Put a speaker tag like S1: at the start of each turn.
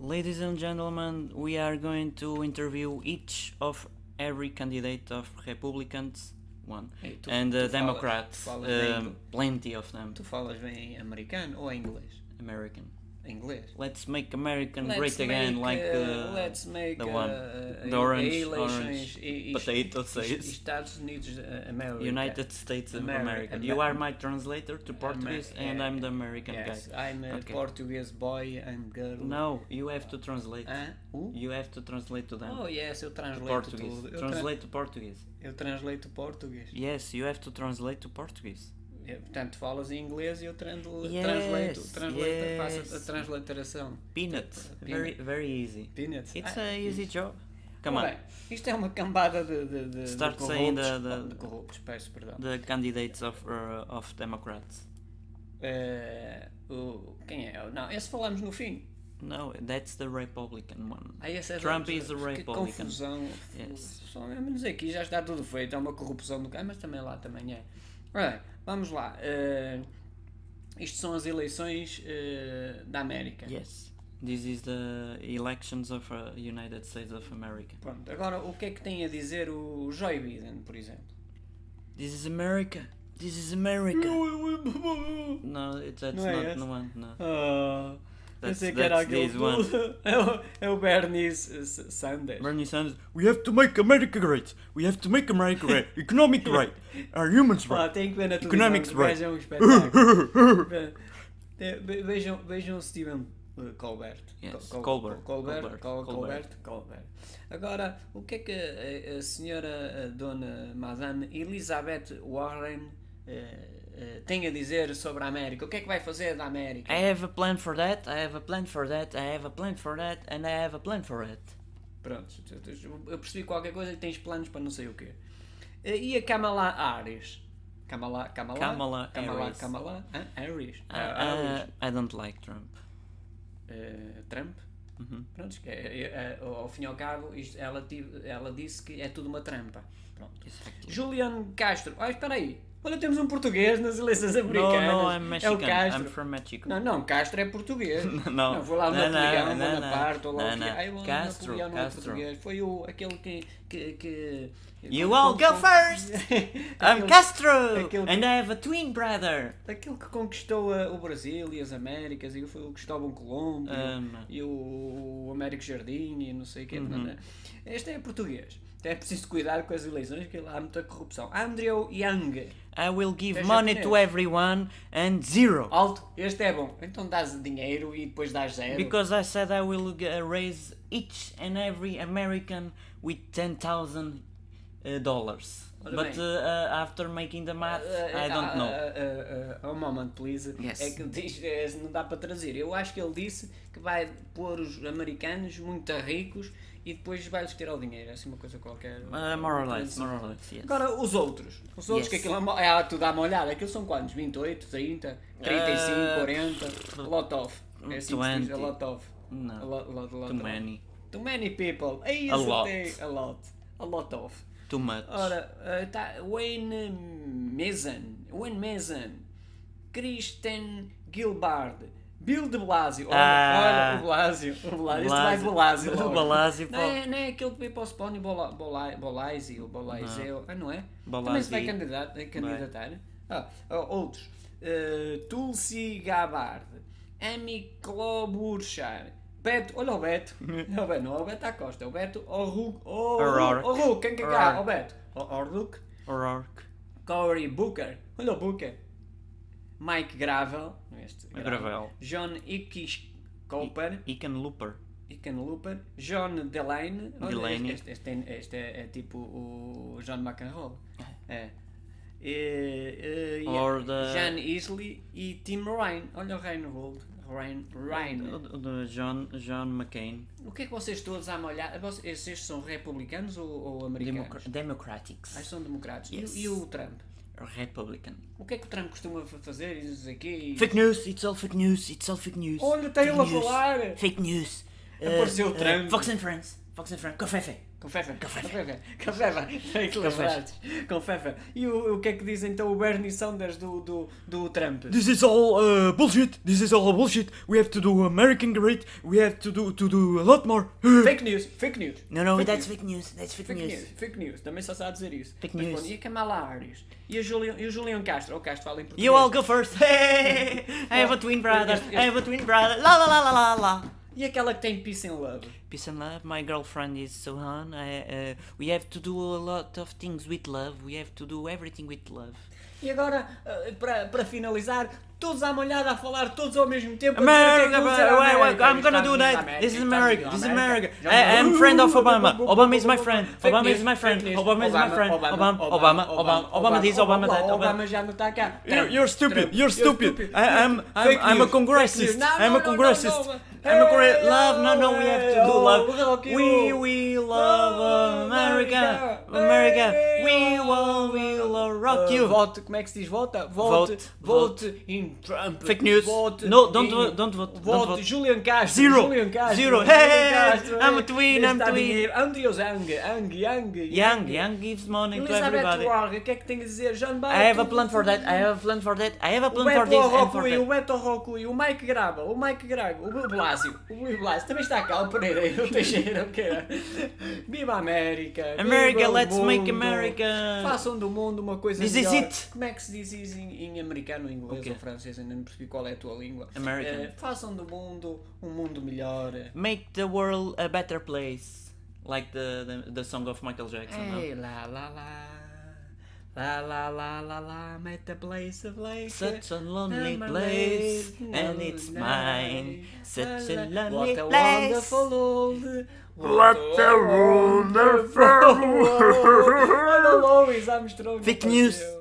S1: Ladies and gentlemen, we are going to interview each of every candidate of Republicans, one,
S2: Hey, tu-
S1: and
S2: tu
S1: uh,
S2: falas-
S1: Democrats,
S2: tu falas bem
S1: um, plenty of them,
S2: Tu falas bem americano ou inglês?
S1: American.
S2: Inglês.
S1: Let's make American
S2: Let's
S1: Um great again,
S2: make,
S1: like
S2: uh,
S1: uh,
S2: let's make
S1: the one,
S2: uh,
S1: the orange,
S2: elections
S1: orange
S2: i- is-
S1: potato
S2: is-
S1: says.
S2: Estados Unidos uh, da América.
S1: United States of
S2: Ameri-
S1: America. You
S2: Amer-
S1: are my translator to Portuguese, and
S2: yeah.
S1: I'm the American
S2: Yes,
S1: guy.
S2: I'm a
S1: Okay.
S2: Portuguese boy and girl.
S1: No, you have to translate.
S2: Hã? Uh?
S1: You have to translate to them.
S2: Oh yes, eu
S1: to
S2: translate
S1: Portuguese.
S2: tudo. Eu, tra-
S1: Translate to Portuguese.
S2: eu translate português.
S1: Yes, you have to translate to Portuguese.
S2: É, Portanto, falas em inglês e eu transla-
S1: Yes,
S2: translato, translata-
S1: yes.
S2: faço a transliteração.
S1: Peanuts.
S2: Peanut.
S1: Very, very easy.
S2: Peanuts.
S1: It's
S2: Ah,
S1: a easy job. Come
S2: Ora
S1: on.
S2: bem, isto é uma cambada de, de, de, de
S1: Start
S2: corruptos.
S1: saying the- the-
S2: Oh, de corruptos, peço perdão.
S1: The candidates of uh, of Democrats.
S2: Eh, o, quem é? Não, esse falamos no fim.
S1: No, that's the Republican one.
S2: Ah, esse é
S1: Trump
S2: do-
S1: is a
S2: Que
S1: Republican.
S2: confusão.
S1: Yes.
S2: Só menos aqui já está tudo feito. Há uma corrupção do caralho, mas também lá também é. Ora bem, vamos lá. Eh, isto são as eleições eh, da América.
S1: Yes. This is the elections of uh, United States of America.
S2: Pronto, agora o que é que tem a dizer o Joe Biden, por exemplo?
S1: This is America. This is America. No, it's that's
S2: No, I
S1: not
S2: guess.
S1: the one. No.
S2: Ah,
S1: That's-
S2: pensei que era
S1: that's
S2: aquele
S1: this one.
S2: do- é, o, é o Bernie S- S- Sanders.
S1: Bernie Sanders. We have to make America great. We have to make America great. Economic right. Our humans
S2: Pá,
S1: right.
S2: tem que ver na televisão,
S1: Economics right.
S2: vejam o espetáculo. Ve- ve- vejam, vejam o Steven eh, Colbert.
S1: Yes,
S2: Col-
S1: Colbert,
S2: Col- Colbert,
S1: Colbert,
S2: Col-
S1: Colbert.
S2: Colbert, Colbert. Agora, o que é que a, a- a senhora a dona Madame Elizabeth Warren eh, eh, tem a dizer sobre a América? O que é que vai fazer da América?
S1: I have a plan for that. I have a plan for that. I have a plan for that, and I have a plan for it.
S2: Pronto, tu- tu- tu- eu percebi qualquer coisa e tens planos para não sei o quê. Eh, E a Kamala Harris? Kamala, Kamala,
S1: Kamala
S2: Kamala,
S1: Harris.
S2: Kamala, Hã? Harris.
S1: Uh,
S2: Ah, Harris.
S1: uh, I don't like Trump. Mm-hmm.
S2: Eh, Trump. Pronto, que é- é- é- ao fim e ao cabo, isto- ela, tive- ela disse que é tudo uma trampa. Pronto.
S1: Exactly.
S2: Juliano Castro. Ah, espera aí. Olha, temos um português nas eleições
S1: No,
S2: americanas.
S1: no, I'm
S2: É o
S1: Mexican.
S2: Castro.
S1: I'm from Mexico.
S2: Não, não, Castro é português.
S1: não.
S2: Não, vou lá ao
S1: Não, não,
S2: Napoleão,
S1: não,
S2: vou
S1: não.
S2: na parte, ou lá
S1: Não,
S2: o que
S1: não.
S2: Ai, o
S1: Castro,
S2: Napoleão não é
S1: Castro.
S2: português. Foi o, aquele que... que, que
S1: You all go first. I'm
S2: Aquele-
S1: Castro,
S2: aquele-
S1: and I have a twin brother.
S2: Aquele que conquistou eh, o Brasil e as Américas, e foi o Cristóvão Colombo,
S1: Um,
S2: e o, o Américo Jardim, e não sei o
S1: Uhum.
S2: que. Este é português. Então é preciso cuidar com as eleições, porque lá há muita corrupção. Andrew Young.
S1: I will give
S2: There's a
S1: money to
S2: finish.
S1: everyone and zero.
S2: Alto, este é bom. Então dás dinheiro e depois dás zero.
S1: Because I said I will g- raise each and every American with ten thousand uh, dollars.
S2: Ora
S1: But
S2: bem.
S1: uh, uh, after making the math,
S2: Eh,
S1: I
S2: ah,
S1: don't know.
S2: ah, ah, ah, um moment, please.
S1: Yes.
S2: É que diz, eh, não dá para trazer. Eu acho que ele disse que vai pôr os americanos muito ricos e depois vai-lhes tirar o dinheiro. É assim uma coisa qualquer.
S1: Uh, more or less, more or less, yes.
S2: Agora, os outros. Os
S1: Yes.
S2: outros, que aquilo é, mo- é tudo à molhada. Aquilo são quantos? 28, 30, 35,
S1: Eh,
S2: 40? Lot of. É assim que se diz, a
S1: 20.
S2: lot of.
S1: No.
S2: A lot, lot, lot
S1: Too
S2: of.
S1: many,
S2: Too many people. É isso
S1: lot.
S2: tem- A lot. A lot of.
S1: too much.
S2: Ora, eh, tá, Wayne Mason. Wayne Mason. Kristen Gilbard. Bill de Blasio. Olha,
S1: Ah.
S2: olha o Blasio. O Blasio. Este vai
S1: Blasio.
S2: Blasio.
S1: O
S2: logo.
S1: Blasio,
S2: Não é, não é aquele que veio para o Spónio Bola- Bola- Bolaisi ou Bolaiseu. Ah, não é? Também se vai
S1: Bolaisi.
S2: candidat- eh, candidatar. Ah, ah, outros. Eh, Tulsi Gabbard. Amy Klobuchar. Beto, olha o Beto. Não, o Beto, não é o Beto da Costa, é o Beto O'Rourke. O'Rourke,
S1: O'Rourke.
S2: O'Rourke, quem que é?
S1: O'Rourke.
S2: O Beto. O'Rourke.
S1: O'Rourke.
S2: Cory Booker. Olha o Booker. Mike Gravel. Este,
S1: É Gravel.
S2: John Ickes Cooper.
S1: Ekan Looper.
S2: Ican Looper. John Delaney. Olha,
S1: Delaney.
S2: Este, este, este, é- este é, é tipo o John McEnroe. É. E, e,
S1: Or the-
S2: Jan Isley e Tim Ryan. Olha o Reinhold. Ryan, Ryan.
S1: Uh, the John John McCain.
S2: O que é que vocês todos à molhada. Vocês, estes são republicanos ou, ou americanos?
S1: Democra- Democratics.
S2: Ah, são democratas. E-
S1: Yes.
S2: E, o Trump?
S1: Republican.
S2: O que é que o Trump costuma fa- fazer? E diz aqui. e-
S1: Fake news, it's all fake news, it's all fake news.
S2: Olha, tem
S1: Fake
S2: ele a
S1: news,
S2: falar!
S1: Fake news. Uh,
S2: Apareceu o Trump.
S1: Fox and Friends. Fox and Friends. Café,
S2: Com Fefa. Com Fefa. Com Fefa. Tem que lembrar-te. Com Fefa. E o, o que é que diz então o Bernie Sanders do, do, do Trump?
S1: This is all uh, bullshit. This is all bullshit. We have to do American great. We have to do to do a lot more.
S2: Fake news. Fake news.
S1: No, no,
S2: Fake
S1: that's
S2: news.
S1: fake news. That's fake,
S2: Fake
S1: news.
S2: news, fake news, também só sabe dizer isso.
S1: Fake
S2: Mas
S1: news.
S2: pronto, E a Kamala Harris? E, a Julian, e o Julian Castro? O Castro fala em português.
S1: You all go first. Hey, I have a twin brother. I have a twin brother. La la la la la la.
S2: E aquela que tem Peace and Love?
S1: Peace and love. My girlfriend is so on. I, uh, we have to do a lot of things with love. We have to do everything with love.
S2: E agora, ah, para para finalizar, todos à molhada a falar, todos ao mesmo tempo. a dizer o que é que
S1: America,
S2: vamos
S1: but,
S2: dizer à
S1: wait, wait,
S2: América.
S1: I'm gonna do
S2: Estados Unidos da
S1: that. This is
S2: América,
S1: America. This is
S2: Estados Unidos
S1: America.
S2: da
S1: I I am friend of Obama. Obama is my friend.
S2: Fake
S1: Obama
S2: news,
S1: is my friend.
S2: fake news.
S1: Obama is my friend. Obama, Obama, Obama, Obama this, Obama that, Obama.
S2: Obama já não está cá.
S1: You're,
S2: Trump,
S1: you're stupid.
S2: Trump,
S1: You're stupid. I, I'm, I'm, I'm a
S2: Fake news, fake news.
S1: congressist.
S2: No,
S1: I'm a
S2: no, no,
S1: congressist.
S2: no, no.
S1: I'm a congre-
S2: Hey,
S1: Love. No, no. We have to do
S2: oh,
S1: love.
S2: rock you.
S1: We we
S2: Oh,
S1: love America.
S2: America.
S1: America.
S2: Hey,
S1: We will
S2: oh.
S1: we will rock
S2: Uh,
S1: you.
S2: Vote, como é que se diz? Vota, vote,
S1: Vote,
S2: vote, in Trump.
S1: Fake news.
S2: Vote
S1: No, don't
S2: in-
S1: vote- don't vote, don't
S2: Vote
S1: vote.
S2: Julian Castro.
S1: Zero.
S2: Julian Castro.
S1: Zero.
S2: Julian
S1: Hey,
S2: Castro,
S1: I'm
S2: eh,
S1: a tween,
S2: este
S1: I'm
S2: está
S1: tween.
S2: dinheiro. Andrew Yang, Yang, Yang.
S1: Young, young gives money to
S2: Elizabeth
S1: everybody.
S2: Warren, o que é que tem a dizer? John Biden.
S1: I have a plan for that. I have a plan for that. I have a
S2: O
S1: plan for
S2: Beto
S1: this and for
S2: Rocui, o
S1: that.
S2: Beto Rocui, o Mike Graba, o Mike Graba, o Will Blasio, o Will Blasio, também está cá, o Pereira, o Teixeira, o que era. Viva a América!
S1: America,
S2: viva o
S1: let's make
S2: mundo.
S1: America.
S2: Façam do mundo uma coisa
S1: This is
S2: melhor.
S1: it.
S2: Como é que se diz isso em, em americano, inglês
S1: quê?
S2: ou francês? Ainda não percebi qual é a tua língua.
S1: American.
S2: Eh, façam do mundo um mundo melhor.
S1: Make the world a better place. Like the, the, the song of Michael Jackson. no?
S2: Ei, lá, lá, lá. Lá, lá, lá, lá, lá, make the place a place.
S1: Such a lonely
S2: I'm a
S1: place,
S2: lonely
S1: and it's mine.
S2: night.
S1: Such a
S2: La-
S1: lonely
S2: What a
S1: place.
S2: wonderful world.
S1: What a wonderful world.
S2: Hello, Louis Armstrong.
S1: Fake
S2: apareceu.
S1: news.